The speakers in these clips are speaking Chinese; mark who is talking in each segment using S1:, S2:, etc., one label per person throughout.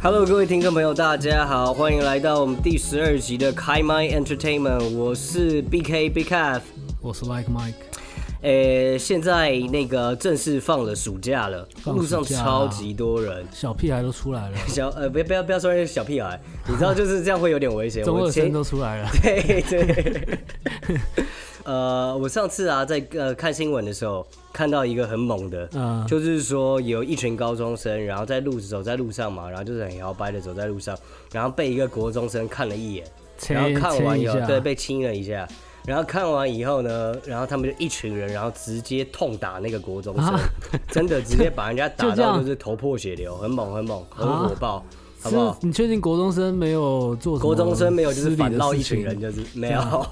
S1: Hello，各位听众朋友，大家好，欢迎来到我们第十二集的开麦 Entertainment，我是 BK Big F。
S2: 我是 Like Mike，
S1: 呃，现在那个正式放了暑假了，
S2: 放
S1: 路
S2: 暑假
S1: 上超级多人。
S2: 小屁孩都出来了，
S1: 小呃，别不要不要说人家小屁孩，你知道就是这样会有点危险。
S2: 中
S1: 我
S2: 二
S1: 前
S2: 生都出来了。
S1: 对对。呃，我上次啊，在呃看新闻的时候，看到一个很猛的，
S2: 嗯
S1: 就是说有一群高中生，然后在路走在路上嘛，然后就是很摇摆的走在路上，然后被一个国中生看了一眼，
S2: 切
S1: 然后看完以后
S2: 切一，下
S1: 对，被亲了一下。然后看完以后呢，然后他们就一群人，然后直接痛打那个国中生，
S2: 啊
S1: 真的直接把人家打
S2: 就这
S1: 到
S2: 样
S1: 就是头破血流，很猛很猛，很
S2: 啊
S1: 火爆， 好不好
S2: 是？你确定国中生没有做什么
S1: 国中生没有就是
S2: 失礼哦的
S1: 反闹一
S2: 事情
S1: 群人，就是没有，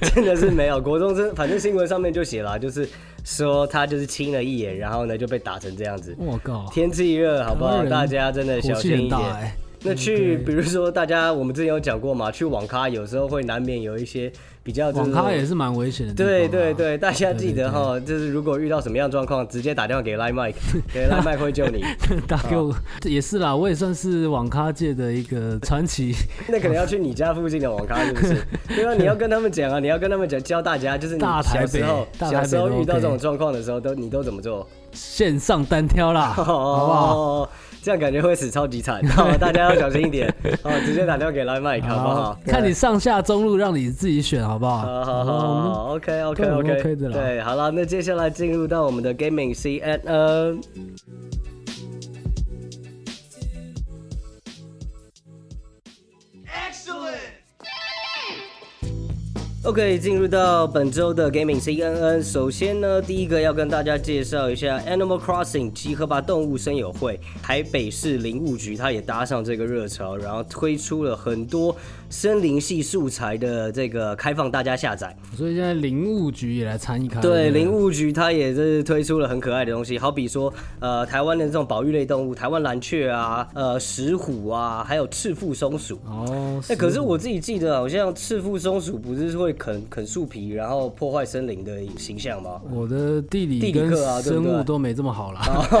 S1: 真的是没有。国中生反正新闻上面就写了，就是说他就是亲了一眼，然后呢就被打成这样子。
S2: 我靠，
S1: 天气热，好不
S2: 台
S1: 好？
S2: 湾人
S1: 大家真的
S2: 火
S1: 小
S2: 气
S1: 心
S2: 很
S1: 一
S2: 大
S1: 点。
S2: 哎、
S1: 那去，比如说大家，我们之前有讲过嘛，去网咖有时候会难免有一些比较就是
S2: 网咖也是蛮危险的地方啊、
S1: 对对对，大家记得哈，就是如果遇到什么样的状况，直接打电话给 Line Mike，对 Line Mike 会救你。
S2: 打给我、也是啦，我也算是网咖界的一个传奇。
S1: 那可能要去你家附近的网咖，是 不是？对啊，你要跟他们讲啊，你要跟他们讲，教大家，就是你
S2: 大台
S1: 小
S2: 北
S1: 时候，
S2: 大台
S1: 小
S2: 北
S1: 时候
S2: 都
S1: 遇到
S2: OK
S1: 这种状况的时候，都你都怎么做？
S2: 线上单挑啦， 好不好？
S1: 哦，这样感觉会死超级惨， 哦，大家要小心一点哦，直接打电话给 Line Mike 好不好？
S2: 看你上下中路，让你自己选，好不好？
S1: 好好
S2: 好我们
S1: 好，OK OK
S2: 对我
S1: OK，,
S2: 们 OK 的啦
S1: 对，好了，那接下来进入到我们的 Gaming CNN。OK，进入到本周的 Gaming CNN。首先呢，第一个要跟大家介绍一下 Animal Crossing 集合吧动物森友会，台北市林务局它也搭上这个热潮，然后推出了很多森林系素材的这个开放大家下载。
S2: 所以现在林务局也来参与开，
S1: 对，林
S2: 务
S1: 务局它也是推出了很可爱的东西，好比说，呃，台湾的这种保育类动物，台湾蓝雀啊，呃，石虎啊，还有赤腹松鼠。
S2: 哦，
S1: 哎、可是我自己记得，好像赤腹松鼠不是会啃啃树皮，然后破坏森林的形象 吗？
S2: 我的地
S1: 地
S2: 理
S1: 理
S2: 跟
S1: 课啊对不
S2: 生
S1: 对哦
S2: 物都没这么好啦。
S1: 好好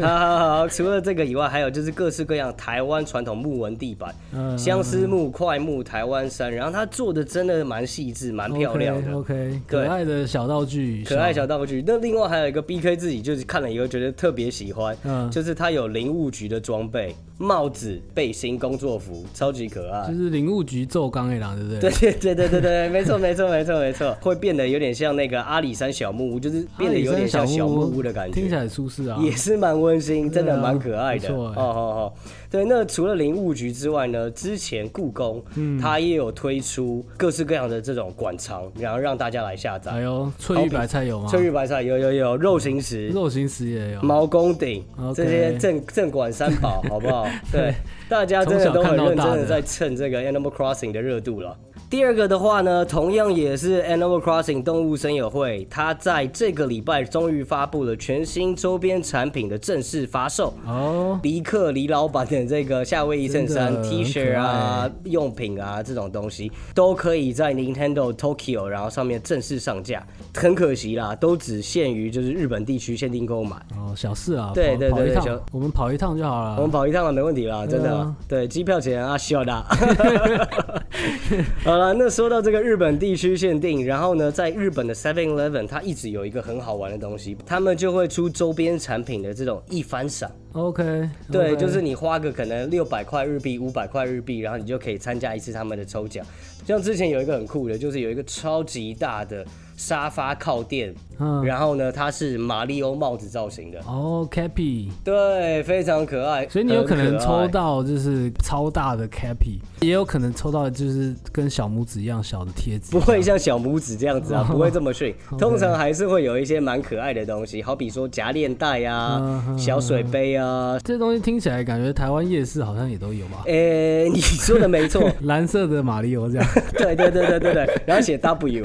S1: 好好，除了这个以外，还有就是各式各样台湾传统木纹地板，
S2: 嗯
S1: 相思木、块木、台湾杉，然后它做的真的蛮细致、蛮漂亮的。
S2: OK，, o k
S1: 对
S2: 可爱的小道具，
S1: 可爱小道具。那另外还有一个 B K 自己就是看了以后觉得特别喜欢，
S2: 嗯
S1: 就是它有林务局的装备，帽子、背心、工作服，超级可爱
S2: 就。是林务局奏刚一郎，对不对？
S1: 对对对对对对，没错没错没错没错，会变得有点像那个阿里山小木屋，就是
S2: 阿
S1: 变得
S2: 里
S1: 有
S2: 山
S1: 点像小木屋的感
S2: 听起
S1: 觉。
S2: 来很舒适啊。
S1: 也是蛮温馨，真的
S2: 对啊
S1: 蛮可爱的。
S2: 不
S1: 哦
S2: 错哎
S1: 哦哦，对。那除了林务局之外呢，之前故宫、它也有推出各式各样的这种馆藏，然后让大家来下载。
S2: 哎呦，翠玉白菜有吗？
S1: 翠玉白菜有有有，肉形石、
S2: 肉形石也有。
S1: 毛公鼎
S2: 哦 OK
S1: 这些镇镇馆三 宝，好不好？对，大家真的都很认真的在蹭这个 Animal Crossing 的热度了。第二个的话呢，同样也是 Animal Crossing 动物森友会，它在这个礼拜终于发布了全新周边产品的正式发售。
S2: 哦，
S1: 迪克李老板的这个夏威夷衬衫
S2: 真的
S1: T 恤啊、用品啊这种东西，都可以在 Nintendo Tokyo 然后上面正式上架。很可惜啦，都只限于就是日本地区限定购买。
S2: 哦，小事啊，
S1: 对
S2: 跑
S1: 对
S2: 跑
S1: 对
S2: 一
S1: 对
S2: 趟
S1: 小，
S2: 我们跑一趟就好
S1: 我
S2: 了
S1: 们。跑一趟啊，没问题啦，真
S2: 对
S1: 的
S2: 啊。
S1: 对，机票钱啊，笑的 啊。好了，那说到这个日本地区限定，然后呢，在日本的 Seven Eleven，它一直有一个很好玩的东西，他们就会出周边产品的这种一番赏。
S2: 哦 OK，
S1: 对，就是你花个可能六百块日币、五百块日币，然后你就可以参加一次他们的抽奖。像之前有一个很酷的，就是有一个超级大的沙发靠垫，
S2: 嗯，
S1: 然后呢，它是马里欧帽子造型的，
S2: 哦，Cappy，
S1: 对，非常可爱。
S2: 所以你有可能
S1: 很爱
S2: 抽到就是超大的 Cappy，也有可能抽到就是跟小拇指一样小的贴纸。 啊
S1: 不会像小拇指这样子啊，不会这么逊。通常还是会有一些蛮可爱的东西，好比说夹链带
S2: 嗯
S1: 啊、
S2: 哼
S1: 小水杯啊。
S2: 这东西听起来感觉台湾夜市好像也都有吧？
S1: 诶， 你说的没 错，
S2: 蓝色的马里欧这样。
S1: 对对对对对对，然后写 W，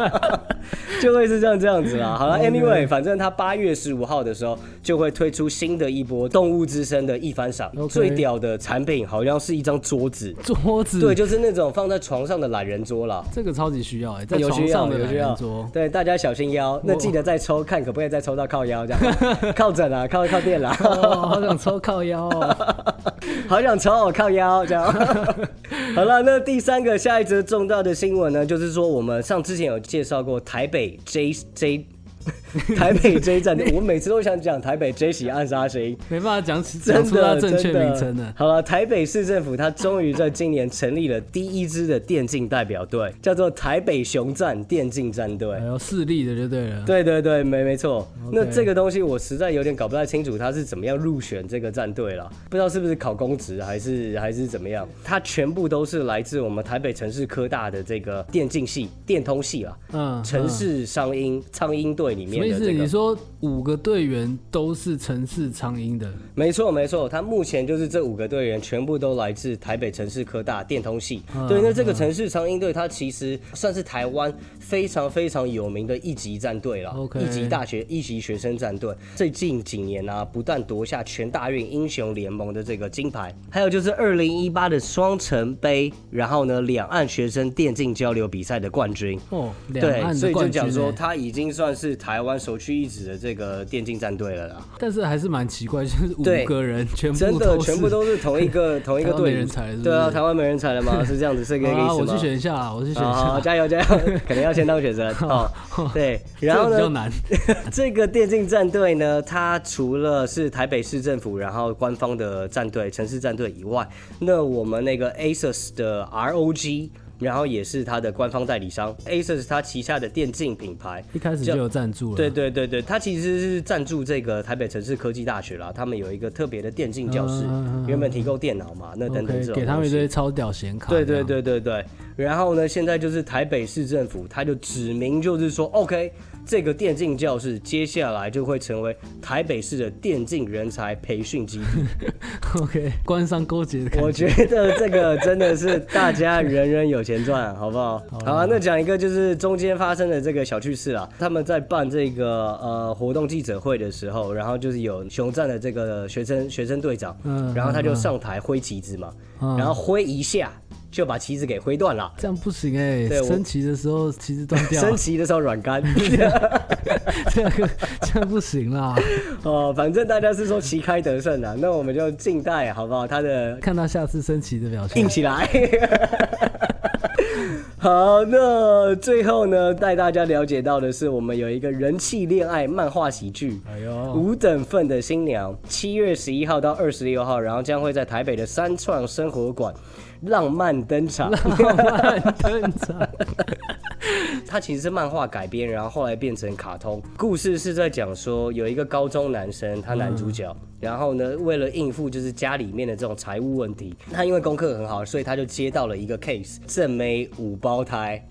S1: 就会是像这样子啦。好了，Anyway，反正它八月十五号的时候就会推出新的一波动物之声的一番赏。
S2: OK
S1: 最屌的产品好像是一张桌子，
S2: 桌子，
S1: 对，，就是那种放在床上的懒人桌啦。
S2: 这个超级需要哎、在
S1: 有
S2: 床
S1: 需
S2: 上
S1: 要，
S2: 的
S1: 有
S2: 懒
S1: 需
S2: 人
S1: 要
S2: 桌。，
S1: 对大家小心腰。那记得再抽，看可不可以再抽到靠腰这样， 靠枕啊，靠靠垫啦。
S2: 哦，好想抽靠腰、哦，
S1: 好想抽我靠腰这样。 好了，那第三个下一则重大的新闻呢，就是说我们上之前有介绍过台北 J J 台北 J 站，我每次都想讲台北 J 喜暗杀谁。
S2: 没办法讲起讲
S1: 真
S2: 出它
S1: 的，
S2: 正确
S1: 真的
S2: 名称呢。
S1: 好了，台北市政府它终于在今年成立了第一支的电竞代表队，叫做台北熊战电竞战队
S2: 哎。呦，势力的就对了。
S1: 对对对，没没错。那
S2: OK
S1: 这个东西我实在有点搞不太清楚，他是怎么样入选这个战队了？不知道是不是考公职，还是还是怎么样？他全部都是来自我们台北城市科大的这个电竞系、电通系啦，
S2: 嗯，嗯，嗯
S1: 城市商鹰苍鹰队里
S2: 什么
S1: 面
S2: 意
S1: 的
S2: 思？
S1: 这
S2: 你
S1: 个。
S2: 说五个队员都是城市苍鹰的，
S1: 没错没错，他目前就是这五个队员全部都来自台北城市科大电通系。
S2: 嗯
S1: 对，那这个城市苍鹰队，它其实算是台湾非常非常有名的一级战队了
S2: OK
S1: 一级大学一级学生战队。最近几年啊，不但夺下全大运英雄联盟的这个金牌，还有就是二零一八的双城杯，然后呢，两岸学生电竞交流比赛的冠军。
S2: 哦，两
S1: 对，
S2: 岸
S1: 所
S2: 的
S1: 以就
S2: 冠军
S1: 讲说，
S2: 欸。
S1: 他已经算是台湾首屈一指的这个电竞战队了啦。
S2: 但是还是蛮奇怪，就是五
S1: 对
S2: 个人全部
S1: 真的
S2: 都
S1: 全部
S2: 是啊
S1: 都是同一 个同一个
S2: 台湾
S1: 队
S2: 没
S1: 伍
S2: 人才是不
S1: 对啊，
S2: 是
S1: 台湾没人才了 吗？是这样子，是这个意思啊
S2: 啊，
S1: 吗？
S2: 我去选一下啦，我去选
S1: 好
S2: 一
S1: 好好
S2: 下，
S1: 加 油加油，可能要先当选择哦。对，然后
S2: 这个比
S1: 呢，
S2: 较难。
S1: 这个电竞战队呢，它除了是台北市政府然后官方的战队、城市战队以外，那我们那个 ASUS 的 ROG。然后也是它的官方代理商，ASUS 它旗下的电竞品牌，
S2: 一开始就有赞助了，
S1: 对对对对，它其实是赞助这个台北城市科技大学啦，他们有一个特别的电竞教室，
S2: 嗯嗯嗯
S1: 原本提供电脑嘛，那等等这
S2: OK，
S1: 种
S2: 给他们一
S1: 东西
S2: 堆超屌显卡。
S1: 对对，对对对，然后呢，现在就是台北市政府，他就指明就是说，OK，这个电竞教室接下来就会成为台北市的电竞人才培训基地。
S2: OK，官商勾结的感
S1: 我
S2: 觉。
S1: 觉得这个真的是大家人人有钱赚， 好不好？好啊，那讲一个就是中间发生的这个小趣事啦。他们在办这个呃活动记者会的时候，然后就是有熊战的这个学生学生队长，
S2: 嗯
S1: 然后他就上台挥旗子嘛，
S2: 嗯
S1: 然后挥一下就把旗子给挥断了。
S2: 这样不行哎、
S1: 对我
S2: 升旗的时候旗子断掉，
S1: 升旗的时候软干，
S2: 这样这样不行啦。
S1: 哦，反正大家是说旗开得胜啊，那我们就静待好不好？他的
S2: 看他下次升旗的表情
S1: 硬。起来。 好，那最后呢，带大家了解到的是，我们有一个人气恋爱漫画喜剧。
S2: 哎呦，
S1: 五等份的新娘，七月十一号到二十六号，然后将会在台北的三创生活馆浪漫登 场。
S2: 浪漫登 场。
S1: 它其实是漫画改编，然后后来变成卡通。故事是在讲说，有一个高中男生，他男主角，然后呢，为了应付就是家里面的这种财务问题，他因为功课很好，所以他就接到了一 个 case，正妹五胞胎，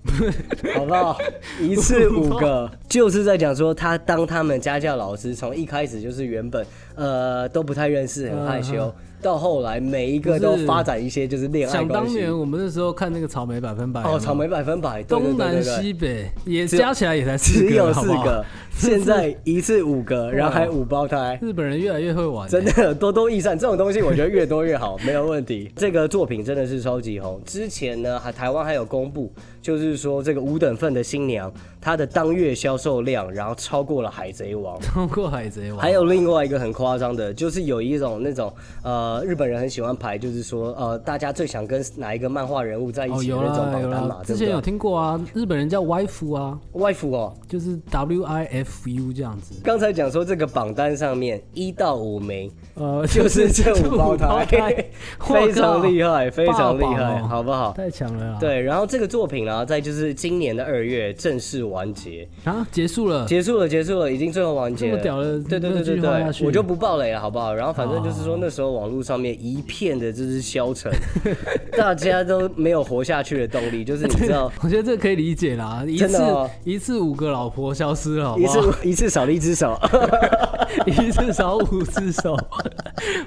S1: 好不 好？一次五个，就是在讲说他当他们家教老师，从一开始就是原本呃都不太认识，很害羞。到后来，每一个都
S2: 啊不是
S1: 发展一些就是恋爱
S2: 想
S1: 关
S2: 当
S1: 系
S2: 年我们那时候看那个草莓百分百，
S1: 哦，草莓百分百，对对
S2: 东
S1: 对对
S2: 南
S1: 对
S2: 西北也
S1: 有
S2: 加起来也才四
S1: 只有
S2: 个，好
S1: 四
S2: 不好
S1: 个，现在一次五个，然后还五胞胎，
S2: 日本人越来越会玩、欸
S1: 真的多多益善。这种东西我觉得越多越好，没有问 题。这个作品真的是超级红。之前呢，还台湾还有公布，就是说这个五等份的新娘，它的当月销售量，然后超过了海贼王。
S2: 超过海贼王。
S1: 还有另外一个很夸张的，就是有一种那种呃，日本人很喜欢排，就是说呃，大家最想跟哪一个漫画人物在一
S2: 哦，
S1: 起的
S2: 有
S1: 那种
S2: 啦
S1: 榜
S2: 有
S1: 单
S2: 啦
S1: 嘛，，对
S2: 之
S1: 不
S2: 前有
S1: 对？
S2: 听过啊，日本人叫 wife 啊，
S1: 外服哦，
S2: 就是 W I F U 这样子。
S1: 刚才讲说这个榜单上面一到五名，
S2: 呃，
S1: 就是这五胞 胎， 非常厉
S2: 害，
S1: 害，非常厉
S2: 霸
S1: 害，
S2: 榜哦
S1: 好不好？
S2: 太强了啊！
S1: 对，然后这个作品啊，在就是今年的二月正式完结，
S2: 啊，结束了，
S1: 结束了，结束了，已经最后完结
S2: 这么屌的
S1: 了。对对
S2: 那
S1: 对对
S2: 句话下去啊
S1: 对，我就不爆雷了，好不好？然后反正就是说那时候网络上面一片的就是消沉， 大家都没有活下 去的动力，就是你知道
S2: 我觉得这可以理解啦，一
S1: 真的
S2: 次
S1: 哦
S2: 一次五个老婆消失了，好
S1: 一
S2: 不好
S1: 次一次少了一只手，
S2: 一只手五只手，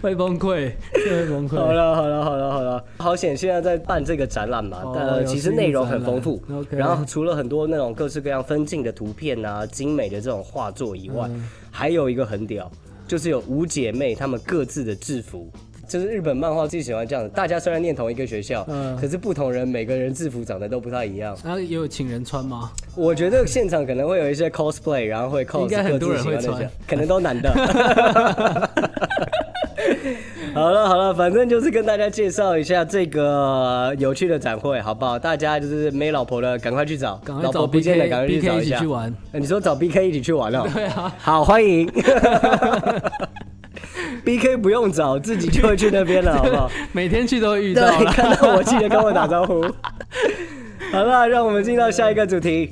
S2: 会崩溃，会崩溃。
S1: 好了好了好了好了，好险！现在在办这个展览嘛，
S2: 哦
S1: 呃，
S2: 有
S1: 其实
S2: 新
S1: 内
S2: 的
S1: 容
S2: 展
S1: 很丰
S2: 览
S1: 富。
S2: OK
S1: 然后除了很多那种各式各样分镜的图片啊、精美的这种画作以外，
S2: 嗯
S1: 还有一个很屌，就是有五姐妹她们各自的制服。就是日本漫画最喜欢这样的，大家虽然念同一个学校，
S2: 嗯
S1: 可是不同人每个人制服长得都不太一样。
S2: 然啊后也有请人穿吗？
S1: 我觉得现场可能会有一些 cosplay，然后会 cos
S2: 应该很多人会
S1: 各自喜欢的
S2: 穿
S1: 角可能都男的。 好了好了，反正就是跟大家介绍一下这个有趣的展会，好不好？大家就是没老婆的赶快去找，
S2: 赶快
S1: 老
S2: 找
S1: 婆不见得
S2: BK
S1: 赶快去
S2: BK
S1: 找
S2: 一
S1: 下。
S2: 起去玩。
S1: 呃你说找 BK 一起去玩哦？
S2: 对啊，
S1: 好，欢迎。BK 不用找，自己就会去那边了，好不好？
S2: 每天去都会遇到
S1: 对，
S2: 了。
S1: 看到我记得跟我打招 呼。好了，让我们进到下一个主题。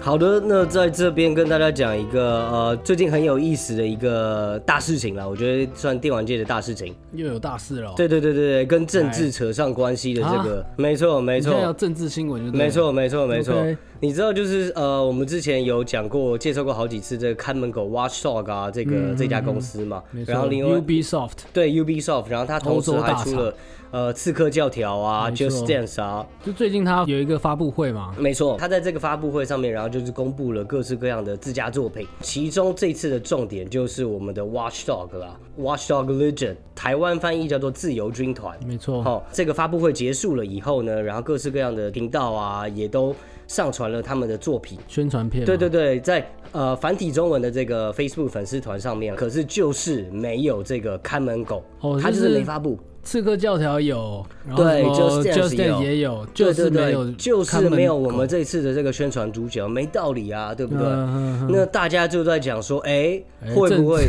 S1: 好的，那在这边跟大家讲一个呃，最近很有意思的一个大事情了，我觉得算电玩界的大事情。
S2: 又有大事了 哦。哎
S1: 对对对对对，跟政治扯上关系的这个，没错没
S2: 啊你现在要
S1: 错。
S2: 政治新闻就对了
S1: 没。错，没错，没错
S2: OK。
S1: 你知道，就是呃，我们之前有讲过，介绍过好几次这个看门狗 Watchdog 啊，这个、这家公司嘛。
S2: 嗯没错
S1: 然后另外
S2: ，Ubisoft
S1: 对 Ubisoft，然后它同时
S2: 欧洲
S1: 还
S2: 大
S1: 出了呃《刺客教条》啊，《
S2: 没错
S1: Just Dance》啊，
S2: 就最近它有一个发布会嘛，
S1: 没错，他在这个发布会上面，然后就是公布了各式各样的自家作品，其中这次的重点就是我们的 Watchdog 啦，Watchdog Legion，台湾翻译叫做自由军团。
S2: 没错。
S1: 好、哦这个发布会结束了以后呢，然后各式各样的频道啊，也都上传了他们的作品。
S2: 宣传片嘛。
S1: 对对对，在呃繁体中文的这个 Facebook 粉丝团上面，可是就是没有这个看门狗，
S2: 哦
S1: 它就
S2: 就是是
S1: 没发布。
S2: 刺客教条有，然后
S1: 对
S2: 什么
S1: Just Dance
S2: Just
S1: 也有
S2: Dance 也有，
S1: 对
S2: 就
S1: 对
S2: 是没
S1: 对，
S2: 有，
S1: 就是没有 我们。这次的这个宣传主角，没道理啊，对不对？
S2: 嗯嗯嗯
S1: 那大家就在讲说，哎、
S2: 哎
S1: 会不
S2: 政
S1: 会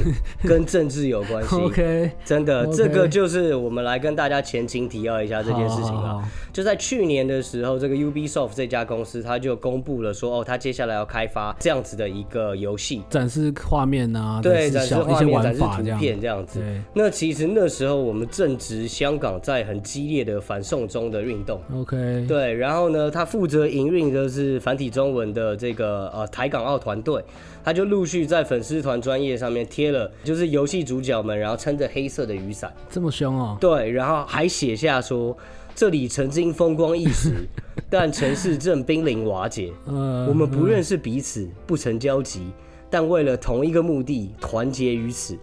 S1: 跟政治有关系
S2: OK，
S1: 真的
S2: OK
S1: 这个就是我们来跟大家前情提要一下这件事情
S2: 好好
S1: 啊
S2: 好。
S1: 就在去年的时候，这个 Ubisoft 这家公司，它就公布了说，哦，它接下来要开发这样子的一个游戏，
S2: 展示画面啊，
S1: 对，展
S2: 示
S1: 示
S2: 小一
S1: 画
S2: 些
S1: 面、
S2: 玩
S1: 展示
S2: 法这
S1: 图
S2: 样。
S1: 片这样子
S2: 对。
S1: 那其实那时候我们正值香港在很激烈的反送中的运动。
S2: OK，
S1: 对，然后呢，他负责营运的是繁体中文的这个呃台港澳团队，他就陆续在粉丝团专业上面贴了，就是游戏主角们，然后撑着黑色的雨伞，
S2: 这么凶哦。
S1: 对，然后还写下说这里曾经风光一时， 但城市正濒临瓦解，
S2: 呃，
S1: 我们不认识彼此，不曾交集，但为了同一个目的团结于此，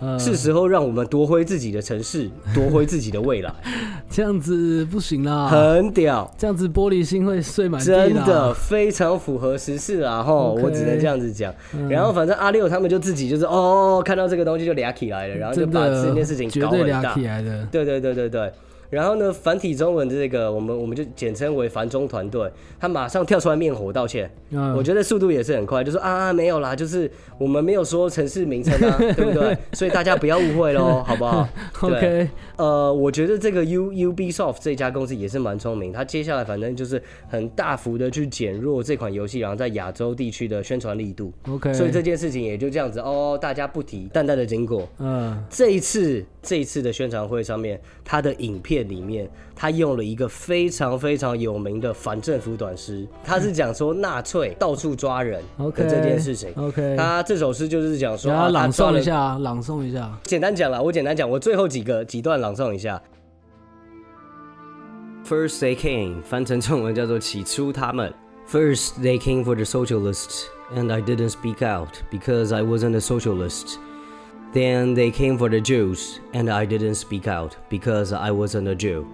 S2: 呃
S1: 是时候让我们夺回自己的城市，夺回自己的 未来，
S2: 这样子不行 啦，
S1: 很屌。
S2: 这样子玻璃心会碎啊满地啦
S1: 真的。非常符合时事啊！吼
S2: OK 嗯
S1: 我只能这样子讲。然后反正阿六他们就自己就是哦，看到这个东西就俩起来了，然后就
S2: 真
S1: 把
S2: 的
S1: 这件事情
S2: 绝
S1: 搞
S2: 对
S1: 很
S2: 俩
S1: 大
S2: 起。来的，
S1: 对对对对对。然后呢，繁体中文的这个，我们我们就简称为繁中团队，他马上跳出来面火道歉。
S2: 嗯
S1: 我觉得速度也是很快，就说啊没有啦，就是我们没有说城市名称啊，对不对？所以大家不要误会喽，好不好 对
S2: OK
S1: 呃，我觉得这个 U Ubisoft 这家公司也是蛮聪明，它接下来反正就是很大幅的去减弱这款游戏，然后在亚洲地区的宣传力度。
S2: OK，
S1: 所以这件事情也就这样子哦，大家不提，淡淡的经过。
S2: 嗯
S1: 这一次这一次的宣传会上面，他的影片里面，他用了一个非常非常有名的反政府短诗，他是讲说纳粹到处抓人的
S2: OK
S1: 这件事情。
S2: OK，
S1: 他这首诗就是讲说，
S2: 然后
S1: 啊
S2: 朗诵
S1: 他
S2: 一。
S1: 抓了
S2: 下，朗诵一下。
S1: 简单讲了，我简单讲，我最后几个几段朗诵一下。First they came，翻成中文叫做起初他们。First they came for the socialists, and I didn't speak out because I wasn't a socialist. Then they came for the Jews, and I didn't speak out because I wasn't a Jew.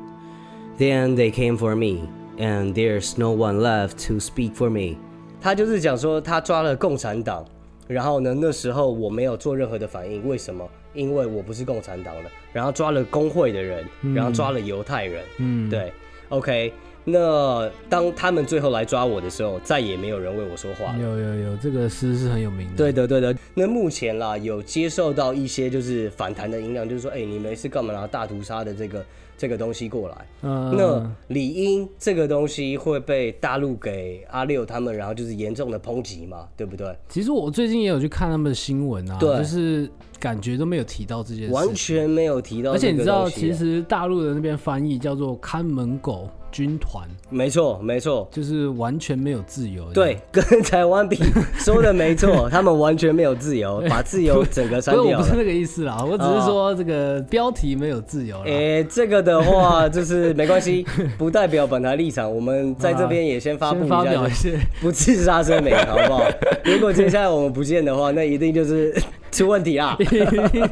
S1: Then they came for me, and there's no one left to speak for me. 他就是讲说他抓了共产党，然后呢，那时候我没有做任何的反应，为什么？因为我不是共产党的。然后抓了工会的人，然后抓了犹太人，嗯，对，OK。那当他们最后来抓我的时候，再也没有人为我说话了。
S2: 有有有，这个诗是很有名的。
S1: 对的，对的。那目前啦，有接受到一些就是反弹的音量，就是说，哎、你们是干嘛拿大屠杀的这个这个东西过来。
S2: 嗯，
S1: 那理应这个东西会被大陆给阿六他们，然后就是严重的抨击嘛，对不对？
S2: 其实我最近也有去看他们的新闻啊，
S1: 对
S2: 就是感觉都没有提到这件事。
S1: 完全没有提到
S2: 而且
S1: 这
S2: 你
S1: 个东西啊。
S2: 知道，其实大陆的那边翻译叫做“看门狗军团
S1: 没错，没错”，，
S2: 就是完全没有自由。
S1: 对，跟台湾比说的没错，他们完全没有自 由，把自由整个
S2: 这
S1: 删
S2: 样，所以我
S1: 掉
S2: 不
S1: 了
S2: 是。那个意思啦，我只是说这个标题没有自由啦。
S1: 诶、哎这个的话就是没关系，不代表本台立场。我们在这边也先发布
S2: 先
S1: 一
S2: 发
S1: 下，
S2: 表一些，
S1: 不自杀声明，好不 好？如果接下来我们不见的话，那一定就是 出问题啦，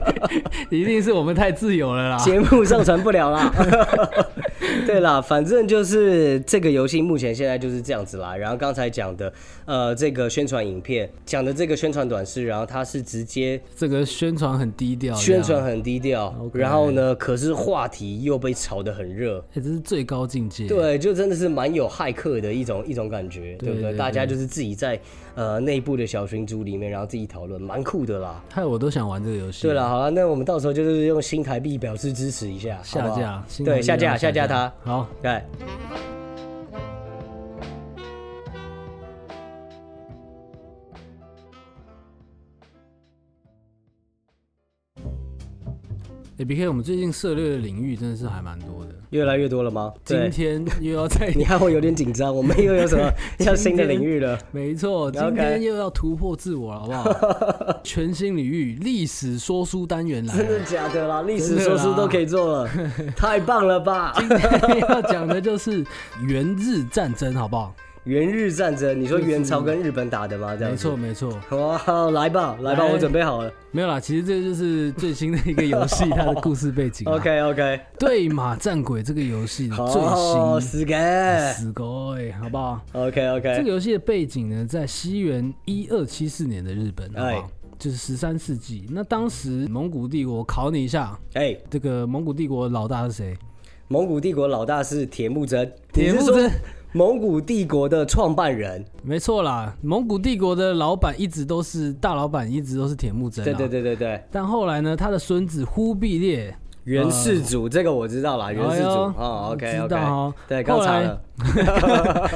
S2: 一定是我们太自由了啦。
S1: 节目上传不了啦。 对啦，反正就是这个游戏目前现在就是这样子啦。然后刚才讲的，呃，这个宣传影片讲的这个宣传短视，然后它是直接
S2: 这个宣传很低调，
S1: 宣
S2: 这
S1: 传
S2: 样，
S1: 很低调，
S2: OK
S1: 然后呢，可是话题又被炒得很热。
S2: 哎，这是最高境界。
S1: 对，就真的是蛮有骇客的一种一种感觉，对不
S2: 对
S1: 对？
S2: 对
S1: 大家就是自己在呃内部的小群组里面，然后自己讨论，蛮酷的啦。
S2: 害我都想玩这个游戏。
S1: 对了，，好了，那我们到时候就是用新台币表示支持一下，
S2: 下
S1: 好不好
S2: 架，新台
S1: 对，
S2: 币
S1: 下架，
S2: 要
S1: 下架它。
S2: 好，
S1: 对，
S2: 哎，B K，我们最近涉猎的领域真的是还蛮多的。
S1: 越来越多了吗？
S2: 今
S1: 对，
S2: 天又要再
S1: 你看我有点紧张，我们又有什 么像新的领域了？
S2: 没错，今
S1: OK
S2: 天又要突破自我了，好不好？ 全新领域历史说书单元来
S1: 真的
S2: 了，
S1: 假的啦？历史
S2: 真的
S1: 说
S2: 啦
S1: 书都可以 做了，太棒了吧！
S2: 今天要讲的就是元日战争，好不好？
S1: 元日战争，你说元朝跟日本打的吗？这样
S2: 没
S1: 子。
S2: 错，没错，
S1: 哇，来吧，来吧，
S2: 来
S1: 我准备好了。
S2: 没有啦。其实这就是最新的一个 游戏，它的故事背景啊。
S1: OK OK，
S2: 对马战鬼》这个游戏的最
S1: 好，
S2: 新
S1: 死给。
S2: 死狗哎，好不好？
S1: OK
S2: 这
S1: OK，
S2: 个游戏的背景呢，在西元一二七四年的日本，好不
S1: 哎
S2: 好？就是十三世纪。那当时蒙古帝国，我考你一下，
S1: 哎，
S2: 这个蒙古帝国老大是谁？
S1: 蒙古帝国老大是铁木真，
S2: 铁木
S1: 你是说
S2: 真
S1: 蒙古帝国的创办人。
S2: 没错啦，蒙古帝国的老板一直都是大老板，一直都是铁木真、啊。
S1: 对对。对对对，
S2: 但后来呢，他的孙子忽必烈，
S1: 元世祖这个我知道啦，元世祖
S2: 嗯哎呦
S1: 哦，OK
S2: 知
S1: OK，
S2: 道哦
S1: 对，刚查了，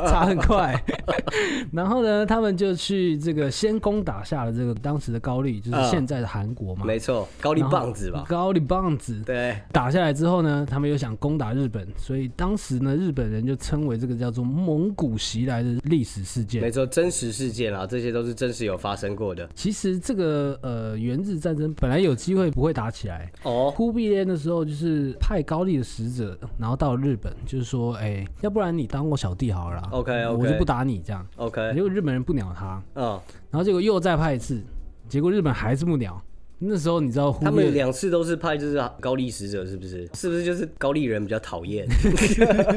S2: 查很快。然后呢，他们就去这个先攻打下了这个当时的高丽，就是
S1: 嗯
S2: 现在的韩国嘛。
S1: 没错，高丽
S2: 然后
S1: 棒子吧，
S2: 高丽棒子。
S1: 对，
S2: 打下来之后呢，他们又想攻打日本，所以当时呢，日本人就称为这个叫做蒙古袭来的历史事件
S1: 没。错，真实事件啦，这些都是真实有发生过的。
S2: 其实这个呃元日战争本来有机会不会打起来，
S1: 哦，
S2: 忽必烈那时候就是派高丽的使者，然后到日本，就是说，哎、要不然你当我小弟好了啦
S1: OK，OK
S2: 我就不打你这样。
S1: OK，
S2: 结果日本人不鸟他，
S1: 嗯，
S2: 然后结果又再派一次，结果日本还是不鸟。那时候你知道忽
S1: 他
S2: 必
S1: 们
S2: 烈，
S1: 两次都是派就是高丽使者，是不是？是不是就是高丽人比较讨 厌？，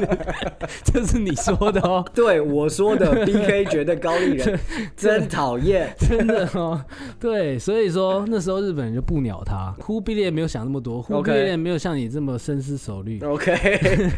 S2: 这是你说的哦
S1: 对我说的，B K 觉得高丽 人真讨厌。
S2: 真的哦，对，所以说那时候日本人就不鸟他。忽必烈没有想那么多，忽必
S1: OK 嗯
S2: 烈没有像你这么深思熟虑，
S1: OK，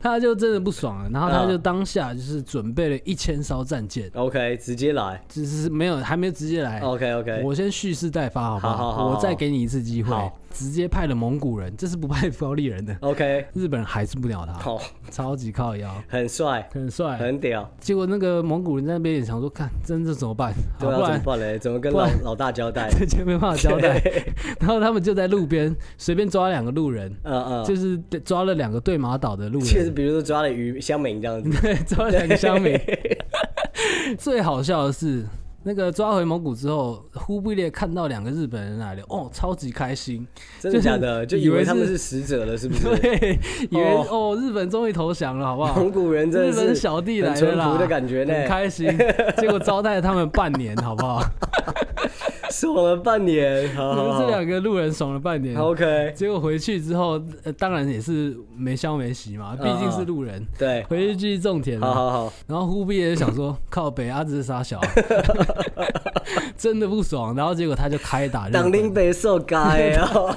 S2: 他就真的不爽了，然后他
S1: 嗯
S2: 就当下就是准备了一千艘战舰，
S1: OK，直接来。
S2: 只是没有还没有直接来
S1: OK OK，
S2: 我先蓄势待发，好不好？
S1: 好好好
S2: 我再给你一次机会
S1: 好，
S2: 直接派了蒙古人，这是不派高丽人的。
S1: OK，
S2: 日本人还是不鸟他，
S1: 好，
S2: 超级靠腰，
S1: 很帅，
S2: 很帅。
S1: 很屌。
S2: 结果那个蒙古人在那边也想说，看，真的怎么办？好
S1: 对啊，
S2: 不
S1: 怎么
S2: 然
S1: 办 嘞？怎么跟
S2: 不
S1: 老
S2: 然
S1: 老大交 代？
S2: 这就没办法交代。
S1: 对
S2: 然后他们就在路边随便抓两个路人，
S1: 嗯嗯，
S2: 就是抓了两个对马岛的路
S1: 就是
S2: 人，
S1: 比如说抓了鱼香民这样子。
S2: 对，抓了两个 乡民。 最好笑的是。那个抓回蒙古之后，忽必烈看到两个日本人来了，哦，超级开心，
S1: 真的假的？
S2: 就
S1: 就是以为他们
S2: 以
S1: 是使者了，是不是？
S2: 对， 以为
S1: 哦
S2: 哦日本终于投降了，好不好
S1: 蒙？古人真
S2: 日
S1: 的
S2: 本
S1: 是
S2: 小弟来
S1: 很
S2: 了
S1: 淳
S2: 啦，
S1: 朴的感觉
S2: 很
S1: 呢，
S2: 开心。结果招待他们半年，好 不好？
S1: 爽了半年。好好
S2: 这
S1: 好
S2: 两个路人爽了半年。
S1: ，OK，
S2: 结果回去之后，呃当然也是没消没息嘛，毕竟是路人。
S1: 对，
S2: 回去继续种田
S1: 嗯好
S2: 了，
S1: 好好，
S2: 然后忽必烈就 想说靠北阿兹傻小，啊 真的不爽，然后结果他就开打日
S1: 当
S2: 本，
S1: 兵被受 该 哦。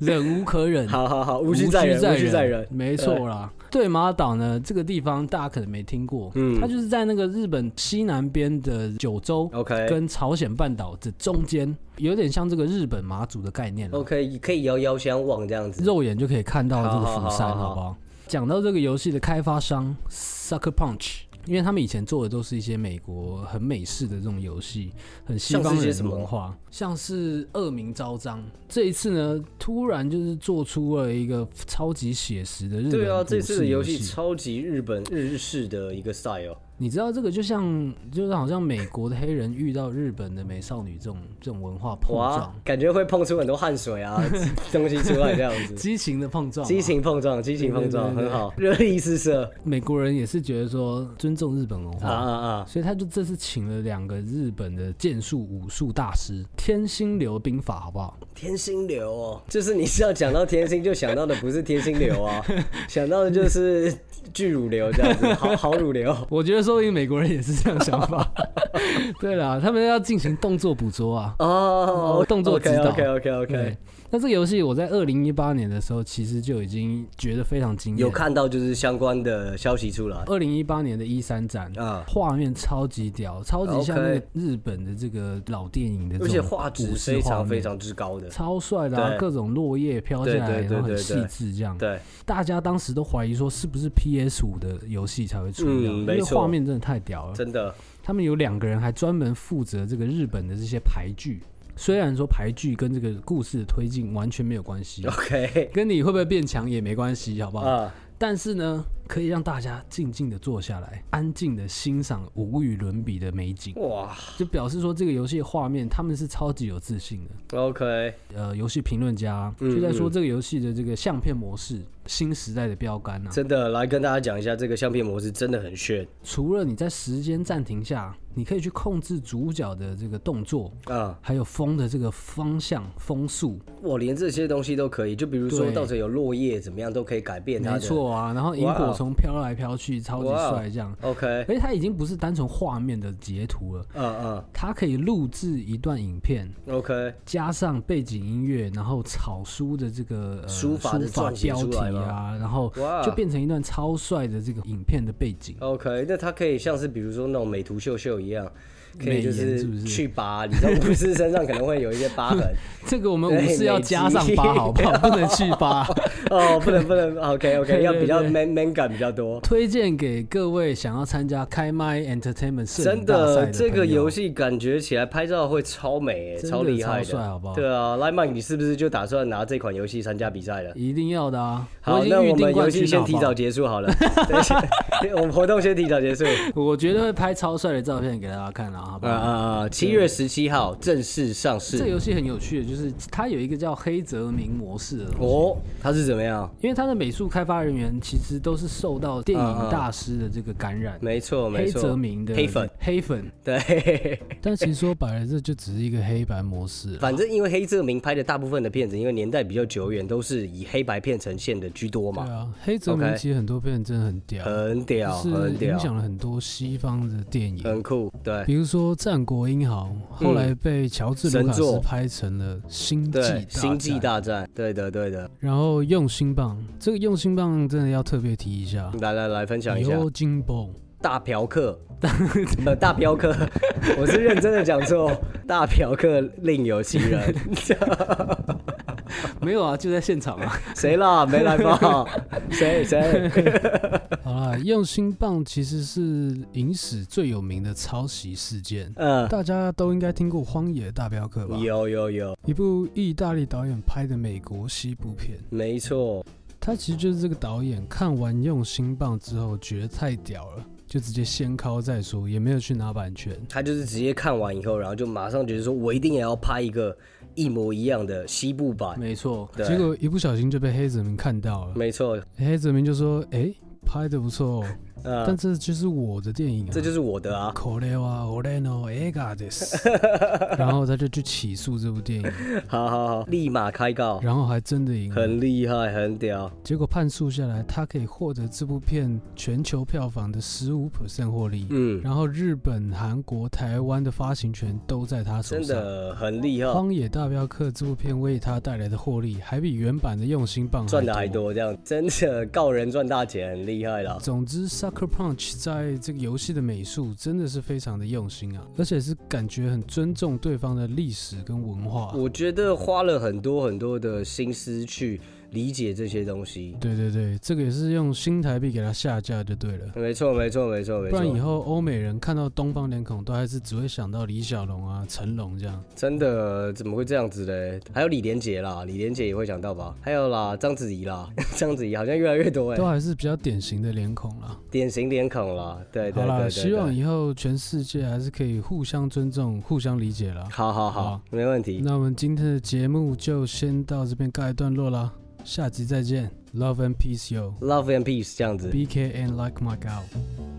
S2: 忍无可忍，
S1: 好好好，
S2: 无
S1: 无需再忍，无需
S2: 需
S1: 再
S2: 再
S1: 忍
S2: 忍，。没错啦。对马岛呢，这个地方大家可能没听过，嗯，它就是在那个日本西南边的九州
S1: OK
S2: 跟朝鲜半岛的中间，有点像这个日本马祖的概念了。
S1: OK，可以遥遥相望这样子。
S2: 肉眼就可以看到这个釜山，
S1: 好好好
S2: 好不好？讲到这个游戏的开发商 Sucker Punch，因为他们以前做的都是一些美国很美式的这种游戏，很西
S1: 像
S2: 方
S1: 是一些
S2: 人
S1: 什
S2: 的
S1: 么
S2: 文化，像是恶名昭彰。这一次呢，突然就是做出了一个超级写实的日本
S1: 对啊，
S2: 故事
S1: 这次的游
S2: 游
S1: 戏超级日本日式的一个 style，
S2: 你知道这个就像就是好像美国的黑人遇到日本的美少女这种这种文化碰
S1: 哇
S2: 撞，，
S1: 感觉会碰出很多汗水啊 东西出来这样 子。
S2: 激情的碰撞啊、
S1: 激情碰撞，激情碰撞，
S2: 对对对
S1: 很好，热力四射
S2: 美国人也是觉得说尊重日本文化
S1: 啊啊啊！
S2: 所以他就这次请了两个日本的剑术武术大师，天心流兵法，好不好？
S1: 天心流哦，就是你是要讲到天心，就想到的不是天心流 啊，想到的就是巨乳流这样子，好 好乳流。
S2: 我觉得说不定美国人也是这样想法。 对啦，他们要进行动作捕捉啊。
S1: 哦，
S2: 动作指导嗯
S1: OK OK OK，
S2: 对，那这个游戏我在二零一八年的时候，其实就已经觉得非常惊
S1: 有
S2: 艳。
S1: 看到就是相关的消息出来
S2: 二零一八年的一三展
S1: 啊
S2: 画面超级屌，超级像
S1: OK
S2: 那个日本的这个老电影的这
S1: 而
S2: 种武
S1: 且
S2: 士
S1: 画
S2: 画
S1: 质
S2: 面，
S1: 非常非常之高的，
S2: 超帅的、啊
S1: 对，
S2: 各种落叶飘下来，
S1: 对对对
S2: 然后很
S1: 对
S2: 细
S1: 对
S2: 致这样。
S1: 对，
S2: 大家当时都怀疑说是不是 PS 五的游戏才会出掉，
S1: 嗯
S2: 因
S1: 没
S2: 为
S1: 错
S2: 画面真的太屌了。
S1: 真的，
S2: 他们有两个人还专门负责这个日本的这些牌剧，虽然说牌剧跟这个故事的推进完全没有关系
S1: OK
S2: 跟你会不会变强也没关系，好不好？
S1: 啊，
S2: 但是呢，可以让大家静静的坐下来，安静的欣赏无与伦比的美景，
S1: 哇
S2: 就表示说这个游戏的画面他们是超级有自信的。
S1: ，OK，
S2: 呃，游戏评论家
S1: 嗯
S2: 就在说
S1: 嗯
S2: 这个游戏的这个相片模式，新时代的标杆啊。
S1: 真的来跟大家讲一下这个相片模式真的很炫
S2: 除了你在时间暂停下，你可以去控制主角的这个动作，
S1: 啊，
S2: 还有风的这个方向、风速，
S1: 我连这些东西都可以，就比如说
S2: 对
S1: 到时候有落叶怎么样都可以改变它
S2: 没
S1: 的，
S2: 错啊。然后萤
S1: 哇哦
S2: 火虫飘来飘去，超级
S1: 哇哦
S2: 帅这样。
S1: ，OK，
S2: 而且它已经不是单纯画面的截图了，
S1: 嗯嗯
S2: 它可以录制一段影片，
S1: ，OK，
S2: 加上背景音乐，然后草书的这个、呃、
S1: 书
S2: 书
S1: 法
S2: 法
S1: 的撰写
S2: 标
S1: 出
S2: 题
S1: 来吗
S2: 啊，然后
S1: 哇
S2: 就变成一段超帅的这个影片的背景。
S1: OK，那它可以像是比如说那种美图秀秀一样，可以就
S2: 美颜是不是
S1: 去疤，你知道巫师身上可能会有一些疤 痕。
S2: 这个我们武
S1: 对
S2: 士要
S1: 美极
S2: 加上八，好不 好？不能去八。
S1: 哦，不能不能，OK
S2: 对
S1: OK，
S2: 对
S1: 要比较
S2: 对
S1: man man 感比较多。
S2: 推荐给各位想要参加开麦 Entertainment 摄
S1: 真
S2: 影大赛
S1: 这个游
S2: 戏
S1: 戏感觉起来拍照会超美、欸，
S2: 真的
S1: 超厉害
S2: 超帅好不好
S1: 对啊 l i m a n 你是不是就打算拿这款游戏参加比赛了？
S2: 一定要的啊！
S1: 好，
S2: 已
S1: 那
S2: 经预
S1: 我
S2: 定
S1: 们游
S2: 冠
S1: 戏
S2: 军
S1: 先
S2: 了
S1: 提
S2: 好不
S1: 早
S2: 好
S1: 结束好了， 对先我们活动先提早结束。
S2: 我绝对会拍超帅的照片给大家 看啊，好不
S1: 啊
S2: 好？
S1: 啊啊！七月十七号正式上
S2: 这个
S1: 市。
S2: 游戏很有趣的，就是它有一个叫黑泽明模式的东西。
S1: 哦，它是怎么样？
S2: 因为它的美术开发人员其实都是受到电
S1: 嗯嗯
S2: 影大师的这个感染，
S1: 没错没
S2: 黑
S1: 错，
S2: 泽明的
S1: 黑粉，
S2: 黑粉。
S1: 对，
S2: 但其实说白了，这就只是一个黑白模式了。
S1: 反正因为黑泽明拍的大部分的片子，因为年代比较久远，都是以黑白片呈现的居多
S3: 对
S1: 嘛，
S3: 啊，黑泽明
S1: OK
S3: 其实很多片真的很屌，
S2: 啊
S1: 很屌，
S3: 就是
S1: 很
S3: 影
S1: 屌，
S3: 响了很多西方的电影，
S1: 很酷，对，
S3: 比如说《战国英豪》，后来被乔治
S1: 嗯神
S3: 卢卡斯
S1: 作
S3: 拍成了《星际
S1: 对，
S3: 大战
S1: 《星际》，大战》，对的，对的。
S3: 然后《用心棒》，这个《用心棒》真的要特别提一下，
S1: 来来来，分
S2: 哎
S1: 享一下
S3: 有金棒，
S1: 大嫖客，呃，大镖客， 我是认真的讲错，大嫖客另有其人，
S2: 没有啊，就在现场啊。
S1: 谁啦？没来吧？ 谁谁？
S3: 好啦，《用心棒》其实是影史最有名的抄袭事件。
S1: 嗯，
S3: 大家都应该听过《荒野大镖客》吧？
S1: 有有有，
S3: 一部意大利导演拍的美国西部片。
S1: 没错，
S3: 他其实就是这个导演看完《用心棒》之后，觉得太屌了，就直接先敲再说，也没有去拿版权。
S1: 他就是直接看完以后，然后就马上觉得说，我一定也要拍一个一模一样的西部版，
S2: 没错，
S1: 对
S3: 结果一不小心就被黑泽明看到了，
S1: 没错，
S3: 黑泽明就说：“哎、拍的不错哦，
S1: 呃，
S2: 但这就是我的电影啊，
S1: 这就是我的 啊。
S2: 可怜啊，我嘞喏，哎嘎的， 然后他就去起诉这部电影，
S1: 好好好，立马开告，
S2: 然后还真的赢了。
S1: 哦很厉害，很屌。
S2: 结果判诉下来，他可以获得这部片全球票房的十五 percent 获利，
S1: 嗯，
S2: 然后日本、韩国、台湾的发行权都在他手
S1: 真
S2: 上。
S1: 的很厉
S2: 《
S1: 害，
S2: 荒野大镖客》这部片为他带来的获利，还比原版的用心棒
S1: 赚的还。多，这样真的告人赚大钱，很厉害啦。
S2: 总之，《Sucker Punch》在这个游戏的美术真的是非常的用心啊，而且是感觉很尊重对方的历史跟文化。啊
S1: 我觉得花了很多很多的心思去理解这些东西。
S2: 对对对，这个也是用新台币给它下架就对了，
S1: 没错，没错，没错，没
S2: 不然以
S1: 错，
S2: 后欧美人看到东方脸孔都还是只会想到李小龙啊、成龙这样。
S1: 真的怎么会这样子嘞？还有李连杰啦，李连杰也会想到吧？还有啦，章子怡啦，章子怡好像越来越多哎、
S2: 都还是比较典型的脸孔啦。
S1: 典型脸孔啦，对对对
S2: 好啦，
S1: 对
S2: 希望
S1: 对
S2: 以后全世界还是可以互相尊重、互相理解啦。
S1: 好好好
S2: 好，
S1: 没问题。
S2: 那我们今天的节目就先到这边告一段落啦，下集再见，Love and Peace Yo，BK
S1: Love and peace 这样子。
S2: and Like My God。